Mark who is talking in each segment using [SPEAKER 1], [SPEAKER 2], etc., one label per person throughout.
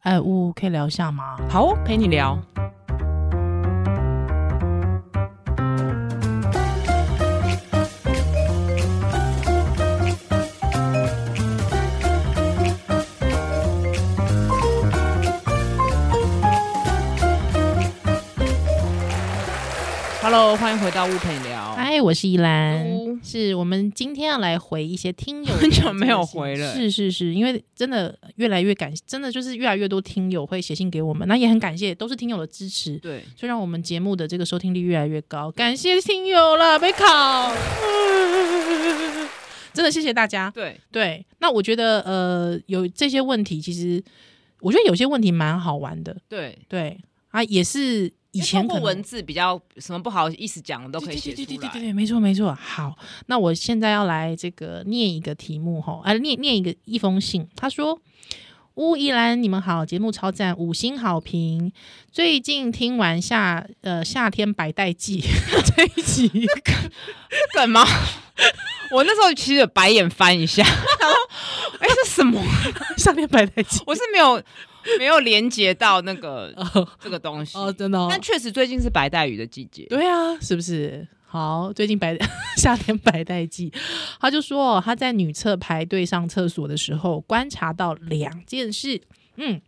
[SPEAKER 1] 哎，呜，可以聊一下吗？
[SPEAKER 2] 好哦，陪你聊。Hello，欢迎回到物陪你聊。
[SPEAKER 1] 哎，我是依兰
[SPEAKER 2] 呜，
[SPEAKER 1] 是我们今天要来回一些听 友
[SPEAKER 2] 很久没有回了
[SPEAKER 1] 是是是，因为真的越来越感，真的就是越来越多听友会写信给我们，那也很感谢，都是听友的支持，
[SPEAKER 2] 对，
[SPEAKER 1] 就让我们节目的这个收听率越来越高，感谢听友啦， 被考，真的谢谢大家。
[SPEAKER 2] 对，
[SPEAKER 1] 对，那我觉得呃，有这些问题，其实我觉得有些问题蛮好玩的，
[SPEAKER 2] 对。
[SPEAKER 1] 对啊，也是以
[SPEAKER 2] 因为
[SPEAKER 1] 前
[SPEAKER 2] 通
[SPEAKER 1] 可
[SPEAKER 2] 过
[SPEAKER 1] 能
[SPEAKER 2] 文字比较什么不好意思讲的都可以写
[SPEAKER 1] 对对对
[SPEAKER 2] 出
[SPEAKER 1] 对对
[SPEAKER 2] 来。
[SPEAKER 1] 对，没错没错。好，那我现在要来这个念一个题目哈，啊、念念一个一封信，他说。乌依兰，你们好，节目超赞，五星好评。最近听完夏呃夏天白带季 这一集，
[SPEAKER 2] 干嘛？ 我那时候其实有白眼翻一下，然 后哎、这什么？
[SPEAKER 1] 夏天白带季
[SPEAKER 2] 我是没有没有连接到那个
[SPEAKER 1] 哦
[SPEAKER 2] 这个东西。
[SPEAKER 1] 哦，真的、哦
[SPEAKER 2] 但，确实最近是白带鱼的季节，
[SPEAKER 1] 对啊，是不是？好，最近白 夏天白带季，他就说哦他在女厕排队上厕所的时候，观察到两件事。嗯，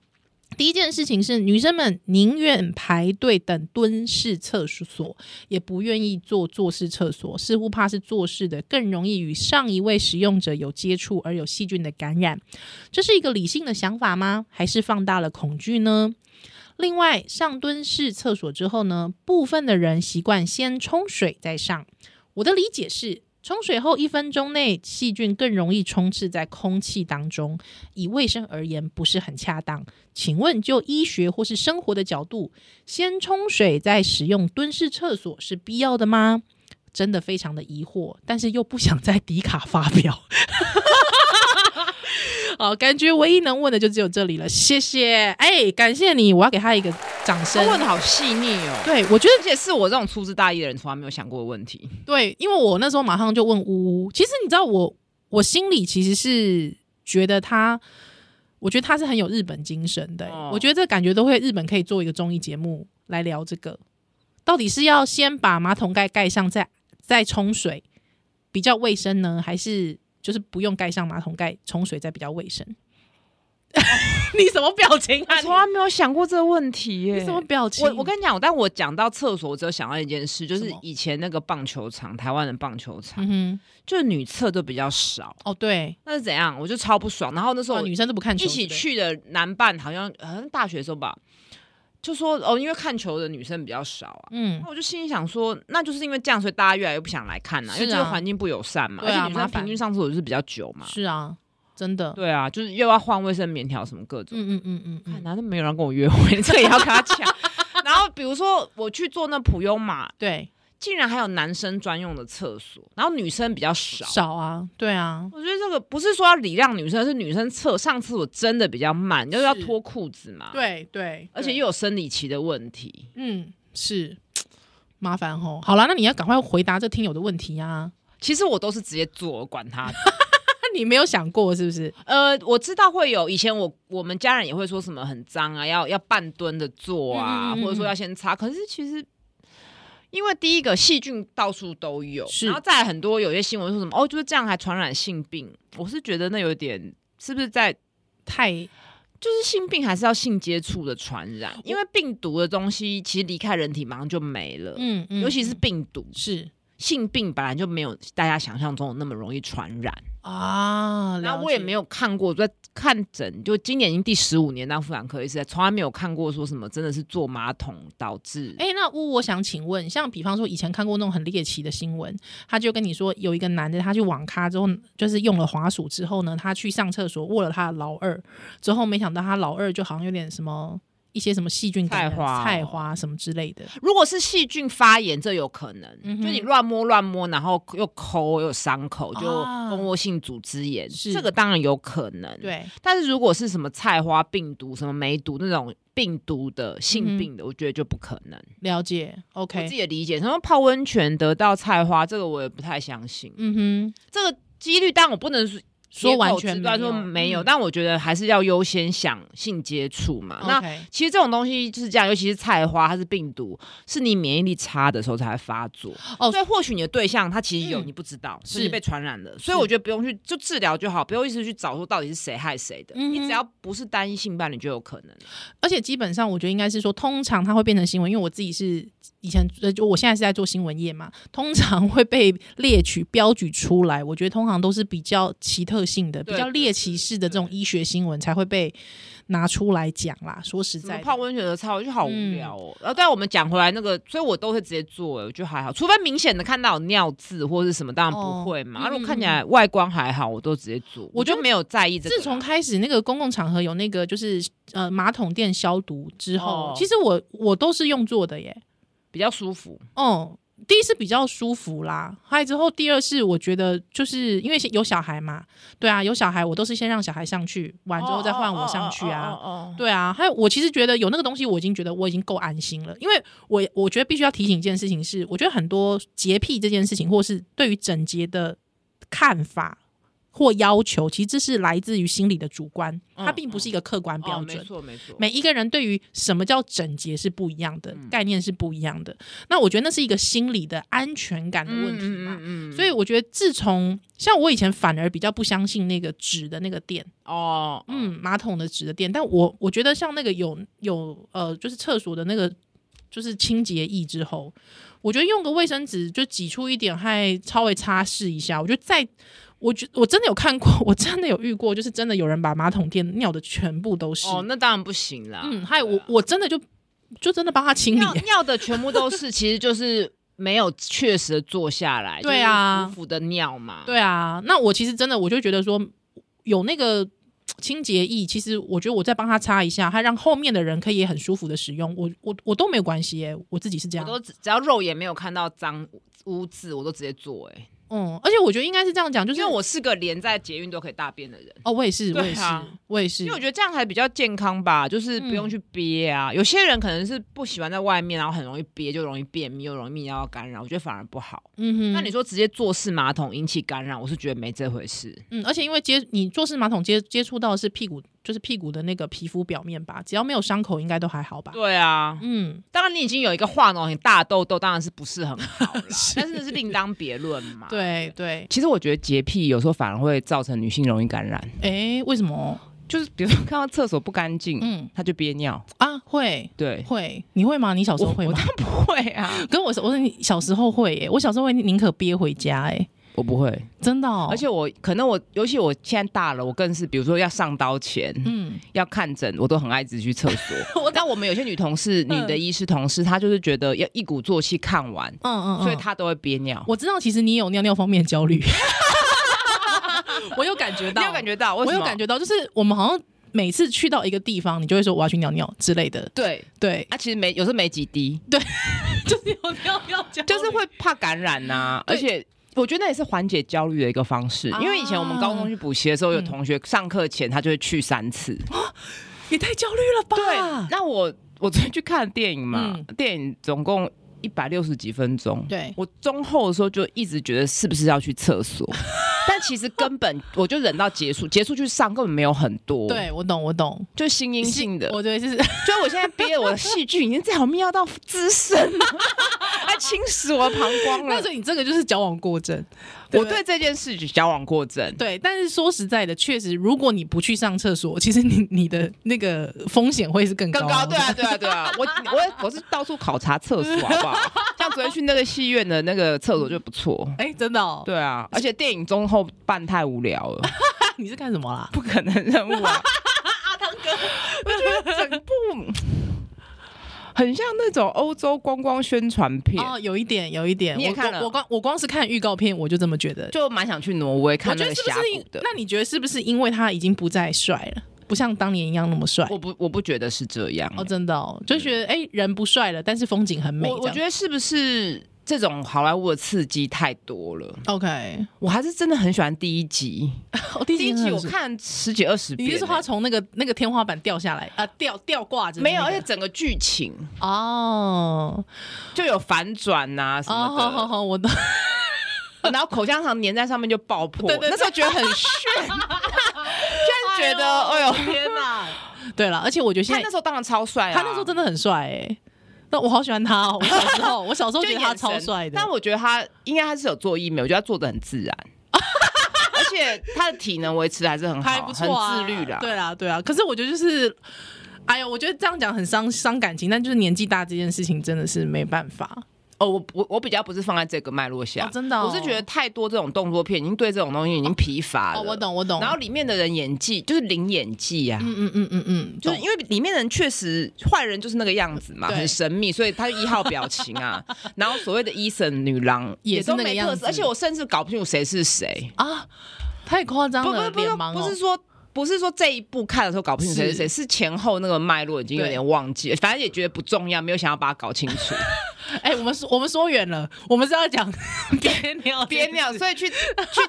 [SPEAKER 1] 第一件事情是女生们宁愿排队等蹲式厕所，也不愿意坐坐式厕所，似乎怕是坐式的更容易与上一位使用者有接触而有细菌的感染。这是一个理性的想法吗？还是放大了恐惧呢？另外，上蹲式厕所之后呢，部分的人习惯先冲水再上。我的理解是，冲水后一分钟内，细菌更容易充斥在空气当中，以卫生而言不是很恰当。请问，就医学或是生活的角度，先冲水再使用蹲式厕所是必要的吗？真的非常的疑惑，但是又不想在迪卡发表。 好，感觉唯一能问的就只有这里了，谢谢。哎，感谢你，我要给他一个掌
[SPEAKER 2] 他
[SPEAKER 1] 声。
[SPEAKER 2] 问的好细腻哦。
[SPEAKER 1] 对，我觉得
[SPEAKER 2] 而且是我这种粗枝大叶的人从来没有想过的问题。
[SPEAKER 1] 对，因为我那时候马上就问呜呜，其实你知道我，我心里其实是觉得他，我觉得他是很有日本精神的欸、
[SPEAKER 2] 哦
[SPEAKER 1] 我觉得这感觉都会日本可以做一个综艺节目来聊这个，到底是要先把马桶盖盖上再再冲水比较卫生呢，还是就是不用盖上马桶盖冲水再比较卫生？ 你什么表情啊？
[SPEAKER 2] 从来没有想过这个问题耶、
[SPEAKER 1] 你什么表情？
[SPEAKER 2] 我我跟你讲，但我讲到厕所，我只有想到一件事，就
[SPEAKER 1] 什
[SPEAKER 2] 是
[SPEAKER 1] 么
[SPEAKER 2] 以前那个棒球场，台湾的棒球场，
[SPEAKER 1] 嗯
[SPEAKER 2] 就是女厕都比较少，
[SPEAKER 1] 哼，哦对，
[SPEAKER 2] 那是怎样？我就超不爽。然后那时候
[SPEAKER 1] 哇
[SPEAKER 2] 我
[SPEAKER 1] 女生都不看球，
[SPEAKER 2] 一起
[SPEAKER 1] 对不对
[SPEAKER 2] 去的男伴好像好像大学的时候吧，就说哦，因为看球的女生比较少啊。
[SPEAKER 1] 嗯
[SPEAKER 2] 那。我就心里想说，那就是因为这样，所以大家越来越不想来看了、
[SPEAKER 1] 是啊
[SPEAKER 2] 因为这个环境不友善嘛，
[SPEAKER 1] 对啊
[SPEAKER 2] 而且女
[SPEAKER 1] 麻
[SPEAKER 2] 生
[SPEAKER 1] 烦
[SPEAKER 2] 平均上厕所就是比较久嘛，
[SPEAKER 1] 是啊，真的。
[SPEAKER 2] 对啊，就是又要换卫生棉条什么各种，
[SPEAKER 1] 嗯嗯嗯嗯
[SPEAKER 2] 看
[SPEAKER 1] 嗯，
[SPEAKER 2] 男的没有人跟我约会， 这个也要跟他抢。然后比如说我去做那普悠玛，
[SPEAKER 1] 对，
[SPEAKER 2] 竟然还有男生专用的厕所，然后女生比较少。
[SPEAKER 1] 少啊，对啊，
[SPEAKER 2] 我觉得这个不是说要礼让女生，是女生厕上厕所真的比较慢，就是要
[SPEAKER 1] 是
[SPEAKER 2] 脱裤子嘛。
[SPEAKER 1] 对对，
[SPEAKER 2] 而且
[SPEAKER 1] 对
[SPEAKER 2] 又有生理期的问题。
[SPEAKER 1] 嗯是麻烦吼。好啦，那你要赶快回答这听友的问题啊。
[SPEAKER 2] 其实我都是直接做，我管他的。
[SPEAKER 1] 那你没有想过是不是？
[SPEAKER 2] 呃，我知道会有，以前我我们家人也会说什么很脏啊，要要半蹲的做啊，
[SPEAKER 1] 嗯嗯嗯嗯
[SPEAKER 2] 或者说要先擦。可是其实。因为第一个细菌到处都有，
[SPEAKER 1] 是
[SPEAKER 2] 然后再来很多有些新闻说什么哦，就是这样还传染性病，我是觉得那有点是不是在
[SPEAKER 1] 太
[SPEAKER 2] 就是性病还是要性接触的传染，因为病毒的东西其实离开人体马上就没了，
[SPEAKER 1] 嗯嗯，
[SPEAKER 2] 尤其是
[SPEAKER 1] 嗯
[SPEAKER 2] 病毒，
[SPEAKER 1] 是
[SPEAKER 2] 性病本来就没有大家想象中的那么容易传染。
[SPEAKER 1] 啊，
[SPEAKER 2] 然后我也没有看过，在看诊，就今年已经第十五年当妇产科医师，从来没有看过说什么真的是坐马桶导致。
[SPEAKER 1] 哎、那乌，我想请问，像比方说以前看过那种很猎奇的新闻，他就跟你说有一个男的，他去网咖之后，就是用了滑鼠之后呢，他去上厕所握了他的老二，之后没想到他老二就好像有点什么一些什么细菌感染
[SPEAKER 2] 菜花哦
[SPEAKER 1] 菜花什么之类的，
[SPEAKER 2] 如果是细菌发炎，这有可能，
[SPEAKER 1] 嗯哼
[SPEAKER 2] 就你乱摸乱摸，然后又抠又有伤口，就
[SPEAKER 1] 啊
[SPEAKER 2] 蜂窝性组织炎，
[SPEAKER 1] 是
[SPEAKER 2] 这个当然有可能。，
[SPEAKER 1] 对，
[SPEAKER 2] 但是如果是什么菜花病毒、什么梅毒那种病毒的
[SPEAKER 1] 嗯
[SPEAKER 2] 性病的，我觉得就不可能。
[SPEAKER 1] 了解
[SPEAKER 2] 我自
[SPEAKER 1] ，OK，
[SPEAKER 2] 己的理解，什么泡温泉得到菜花，这个我也不太相信。
[SPEAKER 1] 嗯哼，
[SPEAKER 2] 这个几率，但我不能说
[SPEAKER 1] 说完全
[SPEAKER 2] 对，啊说没有，嗯但我觉得还是要优先想性接触嘛。
[SPEAKER 1] 嗯
[SPEAKER 2] 那其实这种东西就是这样，尤其是菜花，它是病毒，是你免疫力差的时候才会发作。
[SPEAKER 1] 哦
[SPEAKER 2] 哦，所以或许你的对象他其实有，
[SPEAKER 1] 嗯
[SPEAKER 2] 你不知道，
[SPEAKER 1] 是
[SPEAKER 2] 所以你被传染了。所以我觉得不用去就治疗就好，不用一直去找说到底是谁害谁的。
[SPEAKER 1] 嗯哼
[SPEAKER 2] 你只要不是单一性伴侣就有可能。
[SPEAKER 1] 而且基本上，我觉得应该是说，通常它会变成新闻，因为我自己是以前呃，就我现在是在做新闻业嘛，通常会被列举标举出来。我觉得通常都是比较奇特性的、比
[SPEAKER 2] 对
[SPEAKER 1] 较猎奇式的这种医学新闻才会被拿出来讲啦。说实
[SPEAKER 2] 什么
[SPEAKER 1] 在的，嗯
[SPEAKER 2] 泡温泉的菜，我就好无聊哦。然后，但我们讲回来那个，所以我都会直接做，欸我觉得还好，除非明显的看到有尿渍或是什么，当然不会嘛。
[SPEAKER 1] 哦
[SPEAKER 2] 啊
[SPEAKER 1] 嗯
[SPEAKER 2] 如果看起来外观还好，我都直接做，
[SPEAKER 1] 我
[SPEAKER 2] 我
[SPEAKER 1] 觉
[SPEAKER 2] 就
[SPEAKER 1] 得
[SPEAKER 2] 没有在意这个啦。啊
[SPEAKER 1] 自从开始那个公共场合有那个就是呃马桶垫消毒之后，
[SPEAKER 2] 哦
[SPEAKER 1] 其实我我都是用做的耶。
[SPEAKER 2] 比较舒服，
[SPEAKER 1] 哦、第一是比较舒服啦，还有之后第二是我觉得就是因为有小孩嘛，对啊，有小孩我都是先让小孩上去玩，之后再换我上去啊。
[SPEAKER 2] 哦。哦哦哦哦
[SPEAKER 1] 对啊，还有我其实觉得有那个东西，我已经觉得我已经够安心了，因为我我觉得必须要提醒一件事情是，我觉得很多洁癖这件事情，或是对于整洁的看法或要求，其实这是来自于心理的主观，它
[SPEAKER 2] 嗯
[SPEAKER 1] 并不
[SPEAKER 2] 嗯
[SPEAKER 1] 是一个客观
[SPEAKER 2] 哦
[SPEAKER 1] 标
[SPEAKER 2] 没
[SPEAKER 1] 准。
[SPEAKER 2] 错没错，
[SPEAKER 1] 每一个人对于什么叫整洁是不一样的，
[SPEAKER 2] 嗯
[SPEAKER 1] 概念是不一样的。那我觉得那是一个心理的安全感的问题嘛。
[SPEAKER 2] 嗯
[SPEAKER 1] 所以我觉得，自从像我以前反而比较不相信那个纸的那个店，
[SPEAKER 2] 哦，嗯，
[SPEAKER 1] 嗯，马桶的纸的店，但我我觉得像那个有有呃，就是厕所的那个就是清洁液之后，我觉得用个卫生纸就挤出一点，还稍微擦拭一下，我觉得在。我觉我真的有看过，我真的有遇过，就是真的有人把马桶垫尿的全部都是。
[SPEAKER 2] 哦，那当然不行啦。
[SPEAKER 1] 嗯，还有
[SPEAKER 2] 对
[SPEAKER 1] 我
[SPEAKER 2] 啊
[SPEAKER 1] 我真的就就真的帮他清理
[SPEAKER 2] 尿。尿的全部都是，其实就是没有确实的坐下来，
[SPEAKER 1] 对啊
[SPEAKER 2] 就是舒服的尿嘛，
[SPEAKER 1] 对啊，那我其实真的我就觉得说有那个。清洁液，其实我觉得我再帮他擦一下，他让后面的人可以也很舒服的使用，我我我都没有关系耶，我自己是这
[SPEAKER 2] 我
[SPEAKER 1] 样，
[SPEAKER 2] 都只只要肉眼没有看到脏污渍，我都直接做、欸。哎，
[SPEAKER 1] 嗯，而且我觉得应该是这样讲，就
[SPEAKER 2] 因
[SPEAKER 1] 是
[SPEAKER 2] 为我是个连在捷运都可以大便的人，
[SPEAKER 1] 哦，我也是，我也是
[SPEAKER 2] 对啊，
[SPEAKER 1] 我也是
[SPEAKER 2] 因为，我觉得这样才比较健康吧，就是不
[SPEAKER 1] 嗯
[SPEAKER 2] 用去憋啊。有些人可能是不喜欢在外面，然后很容易憋，就容易便秘，又容易泌尿道感染，我觉得反而不好。
[SPEAKER 1] 嗯哼，
[SPEAKER 2] 那你说直接坐式马桶引起感染，我是觉得没这回事。
[SPEAKER 1] 嗯，而且因为接你坐式马桶接接触到的是屁股，就是屁股的那个皮肤表面吧，只要没有伤口，应该都还好吧，
[SPEAKER 2] 对啊，
[SPEAKER 1] 嗯，
[SPEAKER 2] 当然你已经有一个化脓很大的痘痘，当然是不是很好啦，但是那是啊另当别论嘛。。
[SPEAKER 1] 对对，
[SPEAKER 2] 其实我觉得洁癖有时候反而会造成女性容易感染，
[SPEAKER 1] 哎，为什么？
[SPEAKER 3] 就是比如说看到厕所不干净，
[SPEAKER 1] 嗯
[SPEAKER 3] 他就憋尿。
[SPEAKER 1] 啊，会
[SPEAKER 3] 对，
[SPEAKER 1] 会，你会吗？你小时候会吗？
[SPEAKER 3] 不 会啊，
[SPEAKER 1] 跟我说，我说你小时候会耶、我小时候会宁可憋回家哎、
[SPEAKER 3] 我不会。
[SPEAKER 1] 真的、哦，
[SPEAKER 3] 而且我可能我，尤其我现在大了，我更是，比如说要上刀前、
[SPEAKER 1] 嗯，
[SPEAKER 3] 要看诊，我都很爱一直去厕 所。但我们有些女同事、
[SPEAKER 1] 嗯
[SPEAKER 3] 女的医师同事，她就是觉得要一鼓作气看完，
[SPEAKER 1] 嗯嗯嗯，
[SPEAKER 3] 所以她都会憋尿。
[SPEAKER 1] 我知道，其实你有尿尿方面的焦虑，我有感觉到，
[SPEAKER 3] 你有感，觉到？
[SPEAKER 1] 我有感
[SPEAKER 3] 觉。
[SPEAKER 1] 觉到，就是我们好像每次去到一个地方，你就会说我要去尿尿之类的，
[SPEAKER 3] 对，
[SPEAKER 1] 对，
[SPEAKER 3] 啊，其实没，有时候没几滴，
[SPEAKER 1] 就是有尿尿焦虑，
[SPEAKER 3] 就是会怕感染呐、
[SPEAKER 1] 对
[SPEAKER 3] 而且。我觉得那也是缓解焦虑的一个方式，
[SPEAKER 1] 啊
[SPEAKER 3] 因为以前我们高中去补习的时候，有同学上课前他就会去三次。
[SPEAKER 1] 也太焦虑了吧？
[SPEAKER 3] 对，那我我昨天去看电影嘛，
[SPEAKER 1] 啊嗯
[SPEAKER 3] 电影总共一百六十几分钟。
[SPEAKER 1] 对，
[SPEAKER 3] 我中后的时候就一直觉得是不是要去厕 所，但其实根本我就忍到结束，结束去上根本没有很多，，
[SPEAKER 1] 对我懂，我懂，
[SPEAKER 3] 就心阴性的。
[SPEAKER 1] 我对就是
[SPEAKER 3] 所以我现在憋我的戏剧已经在我泌尿道滋生 了，还侵蚀我的膀胱
[SPEAKER 1] 那
[SPEAKER 3] 了
[SPEAKER 1] 所。以你这个就是矫枉过正，对
[SPEAKER 3] 我
[SPEAKER 1] 不对
[SPEAKER 3] 对这件事情矫枉过正。
[SPEAKER 1] 对，但是说实在的，确实，如果你不去上厕所，其实你你的那个风险会是更高。
[SPEAKER 3] 更高， 对啊，对啊，对啊，我我我是到处考察厕所，好不好？像昨天去那个戏院的那个厕所就不错，
[SPEAKER 1] 哎、真的哦，
[SPEAKER 3] 对啊，而且电影中后半太无聊了，
[SPEAKER 1] 你是干什么啦？
[SPEAKER 3] 不可能任务啊！阿汤哥，我觉得整部很像那种欧洲观光宣传片，
[SPEAKER 1] 哦，有一点，有一点，
[SPEAKER 3] 你也
[SPEAKER 1] 我
[SPEAKER 3] 看
[SPEAKER 1] 我
[SPEAKER 3] 了
[SPEAKER 1] 我光我光是看预告片，我就这么觉得。
[SPEAKER 3] 就蛮想去挪威
[SPEAKER 1] 我
[SPEAKER 3] 看
[SPEAKER 1] 觉
[SPEAKER 3] 那个
[SPEAKER 1] 得是不
[SPEAKER 3] 峡
[SPEAKER 1] 是因
[SPEAKER 3] 谷的。
[SPEAKER 1] 那你觉得是不是因为他已经不再帅了，不像当年一样那么帅？
[SPEAKER 3] 我不，我不觉得是这样。
[SPEAKER 1] 哦，真的哦，就觉得哎、人不帅了，但是风景很美
[SPEAKER 3] 我我觉得是不是这种好莱坞的刺激太多了？
[SPEAKER 1] 得 OK，
[SPEAKER 3] 我还是真的很喜欢第一集，
[SPEAKER 1] 我第
[SPEAKER 3] 哦第一
[SPEAKER 1] 真的
[SPEAKER 3] 集我
[SPEAKER 1] 很
[SPEAKER 3] 看十几二十遍
[SPEAKER 1] 你
[SPEAKER 3] 欸。
[SPEAKER 1] 是说他从那个那个天花板掉下来啊、吊吊挂着的
[SPEAKER 3] 没
[SPEAKER 1] 那
[SPEAKER 3] 有，
[SPEAKER 1] 个、
[SPEAKER 3] 而且整个剧情
[SPEAKER 1] 哦，
[SPEAKER 3] 就有反转呐、什
[SPEAKER 1] 哦，好
[SPEAKER 3] 么的。
[SPEAKER 1] 好好，我懂。
[SPEAKER 2] 然后口香糖粘在上面就爆破，
[SPEAKER 1] 对对对
[SPEAKER 2] 那时候觉得很炫，居然觉得哎呦，
[SPEAKER 4] 天 哪！
[SPEAKER 1] 对了，而且我觉得现
[SPEAKER 2] 他
[SPEAKER 1] 在
[SPEAKER 2] 那时候当然超帅啊，
[SPEAKER 1] 他那时候真的很帅哎、那我好喜欢他哦！我小时候，我小时候
[SPEAKER 2] 就
[SPEAKER 1] 觉得他
[SPEAKER 2] 眼神
[SPEAKER 1] 超帅的。
[SPEAKER 2] 但我觉得他应该他是有做医美，我觉得他做的很自 然，而且他的体能维持得还是很好，
[SPEAKER 1] 还不错、啊，
[SPEAKER 2] 很自律啦。
[SPEAKER 1] 对啦，对啊。可是我觉得就是，哎呦，我觉得这样讲很伤伤感情，但就是年纪大这件事情真的是没办法。
[SPEAKER 2] 哦，我我我比较不是放在这个脉络下，
[SPEAKER 1] 哦真的哦
[SPEAKER 2] 我是觉得太多这种动作片已经对这种东西已经疲乏了。
[SPEAKER 1] 哦，我。懂，我懂。
[SPEAKER 2] 然后，里面的人演技就是零演技啊，
[SPEAKER 1] 嗯嗯嗯嗯嗯，就
[SPEAKER 2] 就
[SPEAKER 1] 是是
[SPEAKER 2] 因为里面的人确实坏人就是那个样子嘛，
[SPEAKER 1] 对
[SPEAKER 2] 很神秘，所以他就一号表情 啊，然后所谓的医生女郎
[SPEAKER 1] 也是
[SPEAKER 2] 都
[SPEAKER 1] 那个
[SPEAKER 2] 没
[SPEAKER 1] 样
[SPEAKER 2] 特
[SPEAKER 1] 子
[SPEAKER 2] 色，而且我甚至搞不清楚谁是谁。嗯
[SPEAKER 1] 啊，太夸张
[SPEAKER 2] 不
[SPEAKER 1] 了，
[SPEAKER 2] 不不
[SPEAKER 1] 脸
[SPEAKER 2] 是
[SPEAKER 1] 盲
[SPEAKER 2] 不是
[SPEAKER 1] 哦。
[SPEAKER 2] 说不是说这一部看的时候搞不清楚谁是谁，是前后那个脉络已经有点忘记了，反正也觉得不重要，没有想要把它搞清 楚，
[SPEAKER 1] 哎、我们说我们说远了，我们是要讲 憋尿
[SPEAKER 2] 别鸟。 所以去去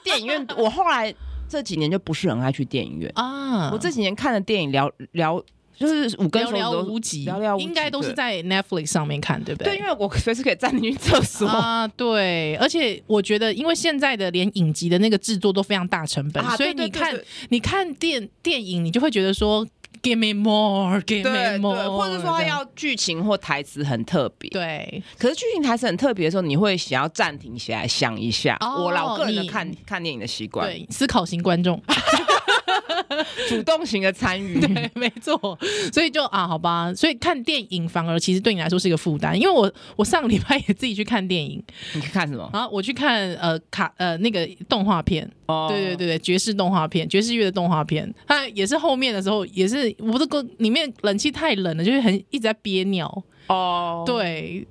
[SPEAKER 2] 电影院，我后来这几年就不是很爱去电影院。
[SPEAKER 1] 啊！
[SPEAKER 2] 我这几年看的电影聊聊就是五根
[SPEAKER 1] 寥
[SPEAKER 2] 手指
[SPEAKER 1] 寥
[SPEAKER 2] 都
[SPEAKER 1] 无几，
[SPEAKER 2] 寥寥无
[SPEAKER 1] 应该
[SPEAKER 2] 几
[SPEAKER 1] 都是
[SPEAKER 2] 对
[SPEAKER 1] 在 Netflix 上面看，对不
[SPEAKER 2] 对，因为我随时可以站进去厕所。
[SPEAKER 1] 啊，对，而且我觉得，因为现在的连影集的那个制作都非常大成本，
[SPEAKER 2] 啊
[SPEAKER 1] 所以
[SPEAKER 2] 对
[SPEAKER 1] 你
[SPEAKER 2] 对对
[SPEAKER 1] 看
[SPEAKER 2] 对
[SPEAKER 1] 你看电电影，你就会觉得说 give me more，give me
[SPEAKER 2] 对对，
[SPEAKER 1] more，
[SPEAKER 2] 或者说
[SPEAKER 1] 这
[SPEAKER 2] 它
[SPEAKER 1] 样
[SPEAKER 2] 要剧情或台词很特别，
[SPEAKER 1] 对
[SPEAKER 2] 可是剧情台词很特别的时候，你会想要暂停起来想一下。
[SPEAKER 1] 哦
[SPEAKER 2] 我老个人的
[SPEAKER 1] 你
[SPEAKER 2] 看看电影的习惯，
[SPEAKER 1] 对思考型观众，
[SPEAKER 2] 主动型的参与。
[SPEAKER 1] 对， 没错，所以就啊，好吧，所以看电影反而其实对你来说是一个负担，因为我我上个礼拜也自己去看电影，
[SPEAKER 2] 你看什么？
[SPEAKER 1] 然后我去看呃卡呃那个动画片，
[SPEAKER 2] 哦
[SPEAKER 1] 对对对对，爵士动画片，爵士乐的动画片，它也是后面的时候也是，我不是跟里面冷气太冷了，就是很一直在憋尿，
[SPEAKER 2] 哦，
[SPEAKER 1] 对，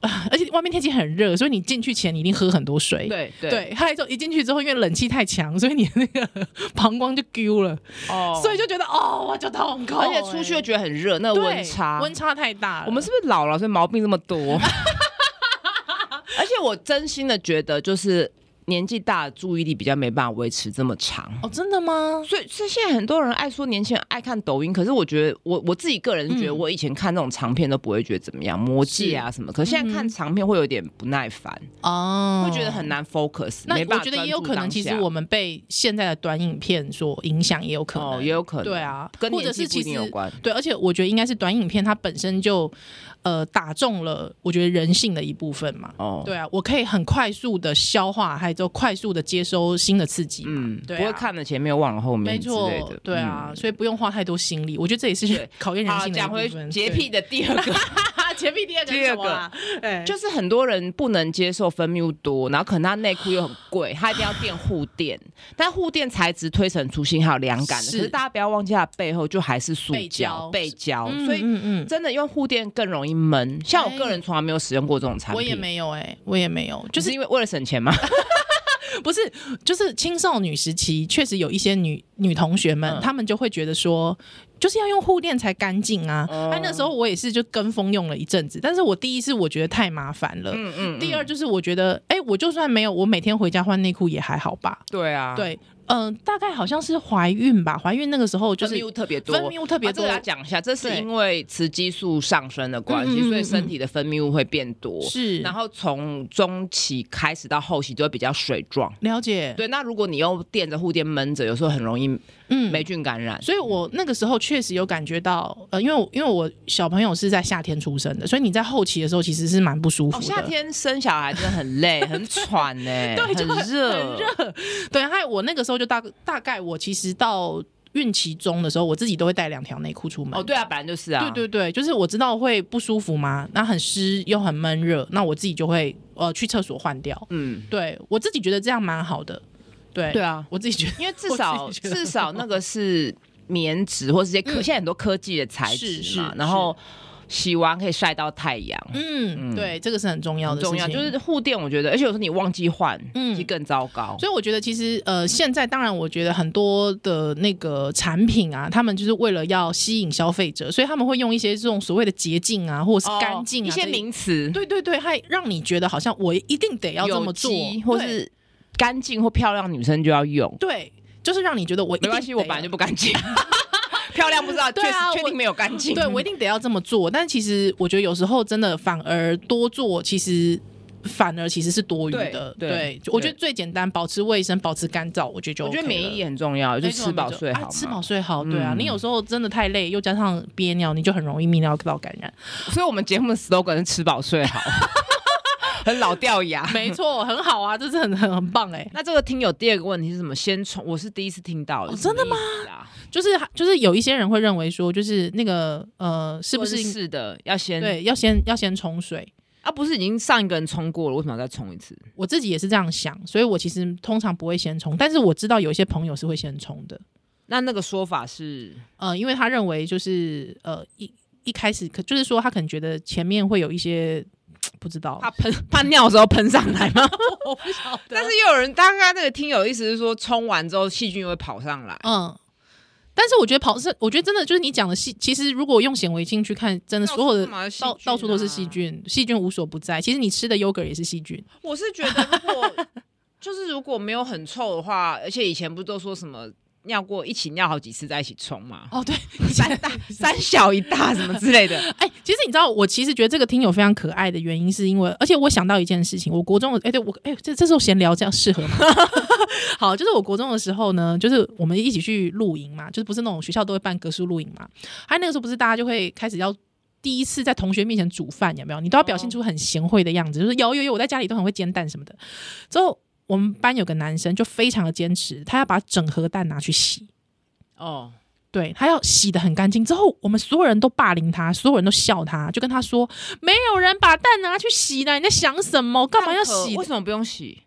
[SPEAKER 1] 啊而且外面天气很热，所以你进去前你一定喝很多水，
[SPEAKER 2] 对对
[SPEAKER 1] 对，还有之后一进去之后，因为冷气太强，所以你那个 膀胱就丢了，
[SPEAKER 2] 哦
[SPEAKER 1] 所以就觉得哦，我就痛苦欸，
[SPEAKER 2] 而且出去又觉得很热，那个
[SPEAKER 1] 对
[SPEAKER 2] 温差，
[SPEAKER 1] 温。差太大了，
[SPEAKER 2] 我们是不是老了，所以毛病这么 多？而且我真心的觉得，就是年纪大，注意力比较没办法维持这么长。
[SPEAKER 1] 哦，真的吗？
[SPEAKER 2] 所以，所以现在很多人爱说年轻人爱看抖音，可是我觉得我我自己个人觉得，
[SPEAKER 1] 嗯
[SPEAKER 2] 我以前看那种长片都不会觉得怎么样，魔戒啊什么，可是现在看长片会有点不耐烦，
[SPEAKER 1] 嗯哦，
[SPEAKER 2] 会觉得很。难 focus，
[SPEAKER 1] 那
[SPEAKER 2] 没办
[SPEAKER 1] 我
[SPEAKER 2] 法
[SPEAKER 1] 觉得
[SPEAKER 2] 专
[SPEAKER 1] 也有
[SPEAKER 2] 注
[SPEAKER 1] 可能，
[SPEAKER 2] 当
[SPEAKER 1] 其实
[SPEAKER 2] 下
[SPEAKER 1] 我们被现在的短影片所影响，也有可能，
[SPEAKER 2] 哦也有可能，
[SPEAKER 1] 对啊，
[SPEAKER 2] 跟
[SPEAKER 1] 或者
[SPEAKER 2] 年纪
[SPEAKER 1] 是
[SPEAKER 2] 不
[SPEAKER 1] 其
[SPEAKER 2] 一定
[SPEAKER 1] 实
[SPEAKER 2] 有关。
[SPEAKER 1] 对，而且我觉得应该是短影片它本身就呃打中了我觉得人性的一部分嘛。
[SPEAKER 2] 哦，
[SPEAKER 1] 对啊，我可以很快速的消化，还有就快速的接收新的刺激。
[SPEAKER 2] 嗯，
[SPEAKER 1] 对
[SPEAKER 2] 不会
[SPEAKER 1] 啊
[SPEAKER 2] 看了前面忘了后面
[SPEAKER 1] 没
[SPEAKER 2] 之
[SPEAKER 1] 错
[SPEAKER 2] 类的，，
[SPEAKER 1] 对啊，
[SPEAKER 2] 嗯。
[SPEAKER 1] 所以不用花太多心力。我觉得这也是
[SPEAKER 2] 对
[SPEAKER 1] 考验人
[SPEAKER 2] 好，
[SPEAKER 1] 性的一
[SPEAKER 2] 讲回
[SPEAKER 1] 部分。
[SPEAKER 2] 洁癖的第二个，
[SPEAKER 1] 啊，洁癖第二个
[SPEAKER 2] 第
[SPEAKER 1] 是
[SPEAKER 2] 二
[SPEAKER 1] 什么啊？哎，
[SPEAKER 2] 就是很多人不能接受分泌物多，然后可能他内裤又很贵，他一定要垫护垫，但护垫材质推陈出新，还有凉感的。
[SPEAKER 1] 是
[SPEAKER 2] 可是大家不要忘记，它的背后就还是塑
[SPEAKER 1] 背胶
[SPEAKER 2] 胶、背胶，
[SPEAKER 1] 嗯
[SPEAKER 2] 所以
[SPEAKER 1] 嗯嗯，
[SPEAKER 2] 真的用护垫更容易闷。像我个人从来没有使用过这种产品，
[SPEAKER 1] 我也，没有哎，我也没有，就
[SPEAKER 2] 就是是因为为了省钱嘛。
[SPEAKER 1] 不是，就是青少女时期，确实有一些女女同学们，
[SPEAKER 2] 嗯
[SPEAKER 1] 她们就会觉得说，就是要用护垫才干净啊。哎、
[SPEAKER 2] 哦
[SPEAKER 1] 那时候我也是就跟风用了一阵子，但是我第一是我觉得太麻烦了，
[SPEAKER 2] 嗯嗯
[SPEAKER 1] 第二就是我觉得，哎、我就算没有，我每天回家换内裤也还好吧。
[SPEAKER 2] 对啊，，
[SPEAKER 1] 对，嗯、大概好像是怀孕吧，怀孕那个时候就
[SPEAKER 2] 分
[SPEAKER 1] 是
[SPEAKER 2] 泌物特别多，
[SPEAKER 1] 分泌物特别
[SPEAKER 2] 啊这
[SPEAKER 1] 多，
[SPEAKER 2] 个要讲一下，这是
[SPEAKER 1] 对
[SPEAKER 2] 因为雌激素上升的关
[SPEAKER 1] 嗯嗯嗯
[SPEAKER 2] 系，
[SPEAKER 1] 嗯
[SPEAKER 2] 所以身体的分泌物会变多。
[SPEAKER 1] 是，
[SPEAKER 2] 然后从中期开始到后期就会比较水状。
[SPEAKER 1] 了解，
[SPEAKER 2] 对，那如果你又垫着护垫闷着，有时候很容易
[SPEAKER 1] 嗯
[SPEAKER 2] 霉菌感染。
[SPEAKER 1] 所以我那个时候确实有感觉到，呃，因为我因为我小朋友是在夏天出生的，所以你在后期的时候其实是蛮不舒服
[SPEAKER 2] 哦，
[SPEAKER 1] 的。
[SPEAKER 2] 夏天生小孩真的很累，很喘呢、
[SPEAKER 1] 对就
[SPEAKER 2] 很
[SPEAKER 1] 很
[SPEAKER 2] 热，
[SPEAKER 1] 对，还有我那个时候就大大概我其实到孕期中的时候，我自己都会带两条内裤出门。
[SPEAKER 2] 哦，对啊，本来就是啊，
[SPEAKER 1] 对对对，就是我知道会不舒服嘛，那很湿又很闷热，那我自己就会呃去厕所换掉。
[SPEAKER 2] 嗯，
[SPEAKER 1] 对我自己觉得这样蛮好的。对，
[SPEAKER 2] 对啊，
[SPEAKER 1] 我自己觉得
[SPEAKER 2] 因为至少
[SPEAKER 1] 我自己觉得
[SPEAKER 2] 至少那个是棉质或是一些科，
[SPEAKER 1] 嗯
[SPEAKER 2] 现在很多科技的材质
[SPEAKER 1] 是是
[SPEAKER 2] 嘛，然后洗完可以晒到太阳，
[SPEAKER 1] 嗯，对，这个是很重要
[SPEAKER 2] 很
[SPEAKER 1] 的事
[SPEAKER 2] 重
[SPEAKER 1] 情，
[SPEAKER 2] 要。就是护垫，我觉得，而且有时候你忘记换，
[SPEAKER 1] 嗯
[SPEAKER 2] 就更糟糕。
[SPEAKER 1] 所以我觉得，其实呃，现在当然，我觉得很多的那个产品啊，他们就是为了要吸引消费者，所以他们会用一些这种所谓的捷径啊，或者是干净啊、
[SPEAKER 2] 哦一些
[SPEAKER 1] 这
[SPEAKER 2] 名词，
[SPEAKER 1] 对对对，还让你觉得好像我一定得要这么做
[SPEAKER 2] 有机，或
[SPEAKER 1] 对
[SPEAKER 2] 是干净或漂亮女生就要用。
[SPEAKER 1] 对，就是让你觉得我一定
[SPEAKER 2] 没关系，
[SPEAKER 1] 得
[SPEAKER 2] 我本来就不干净， 漂亮不知道，
[SPEAKER 1] 对
[SPEAKER 2] 确
[SPEAKER 1] 啊我
[SPEAKER 2] 实确定没有干净。
[SPEAKER 1] 要对我一定得要这么做。但其实我觉得有时候真的反而多做，其实反而其实是多余的。
[SPEAKER 3] 对
[SPEAKER 1] 对
[SPEAKER 3] 对，
[SPEAKER 1] 就我觉得最简单，保持卫生，保持干燥，我觉得就、
[SPEAKER 3] 我
[SPEAKER 1] OK、
[SPEAKER 3] 觉得免疫力
[SPEAKER 1] 了。
[SPEAKER 3] 很重要，就
[SPEAKER 1] 没错
[SPEAKER 3] 吃饱
[SPEAKER 1] 没错
[SPEAKER 3] 睡好
[SPEAKER 1] 啊
[SPEAKER 3] 嘛。
[SPEAKER 1] 吃饱睡好，对啊，
[SPEAKER 3] 嗯
[SPEAKER 1] 你有时候真的太累，又加上憋尿，你就很容易泌尿道感染。
[SPEAKER 3] 所以我们节目的 slogan 是吃饱睡好， 很老掉牙。
[SPEAKER 1] 没错，很好啊，这是很很很棒哎、
[SPEAKER 2] 那这个听友第二个问题是什么？先从我是第一次听到的、
[SPEAKER 1] 哦真的
[SPEAKER 2] 吗？
[SPEAKER 1] 就是就是有一些人会认为说，就是那个呃，是
[SPEAKER 2] 是
[SPEAKER 1] 不
[SPEAKER 2] 不
[SPEAKER 1] 是
[SPEAKER 2] 是是的？要先
[SPEAKER 1] 对要先要先冲水？
[SPEAKER 2] 啊，不是已经上一个人冲过了，为什么要再冲一次？
[SPEAKER 1] 我自己也是这样想，所以我其实通常不会先冲，但是我知道有一些朋友是会先冲的，
[SPEAKER 2] 那那个说法是
[SPEAKER 1] 呃，因为他认为就是呃一一开始可就是说他可能觉得前面会有一些不知 道，
[SPEAKER 2] 怕喷 怕尿的时候喷上来吗？
[SPEAKER 1] 我不晓得
[SPEAKER 2] 但是又有人，大概那个听友的意思是说，冲完之后细菌又会跑上来。
[SPEAKER 1] 嗯。但是我觉得跑是，我觉得真的就是你讲的细，其实如果用显微镜去看，真的所有的到到处都是细。菌，啊细菌无所不在。其实你吃的 yogurt 也是细菌，
[SPEAKER 2] 我是觉得，如 果就是如果没有很臭的话，而且以前不都说什么尿过一起尿好几次再一起冲嘛，
[SPEAKER 1] 哦，对，
[SPEAKER 2] 三 大三小一大什么之类 的。
[SPEAKER 1] 哎、其实你知道，我其实觉得这个听友非常可爱的原因，是因为，而且我想到一件事情，我国中的，哎、对我，哎、这这时候闲聊这样适合吗？ 好，就是我国中的时候呢，就是我们一起去露营嘛，就是不是那种学校都会办格数露营嘛，还有那个时候不是大家就会开始要。第一次在同学面前煮饭，有没有？你都要表现出很贤惠的样子，就是有有有，我在家里都很会煎蛋什么的。之后我们班有个男生就非常的坚持，他要把整盒蛋拿去洗，
[SPEAKER 2] 哦，
[SPEAKER 1] 对他要洗的很干净之后，我们所有人都霸凌他，所有人都笑他，就跟他说：“没有人把蛋拿去洗的，你在想什么？干嘛要洗
[SPEAKER 2] 为？什么不用洗？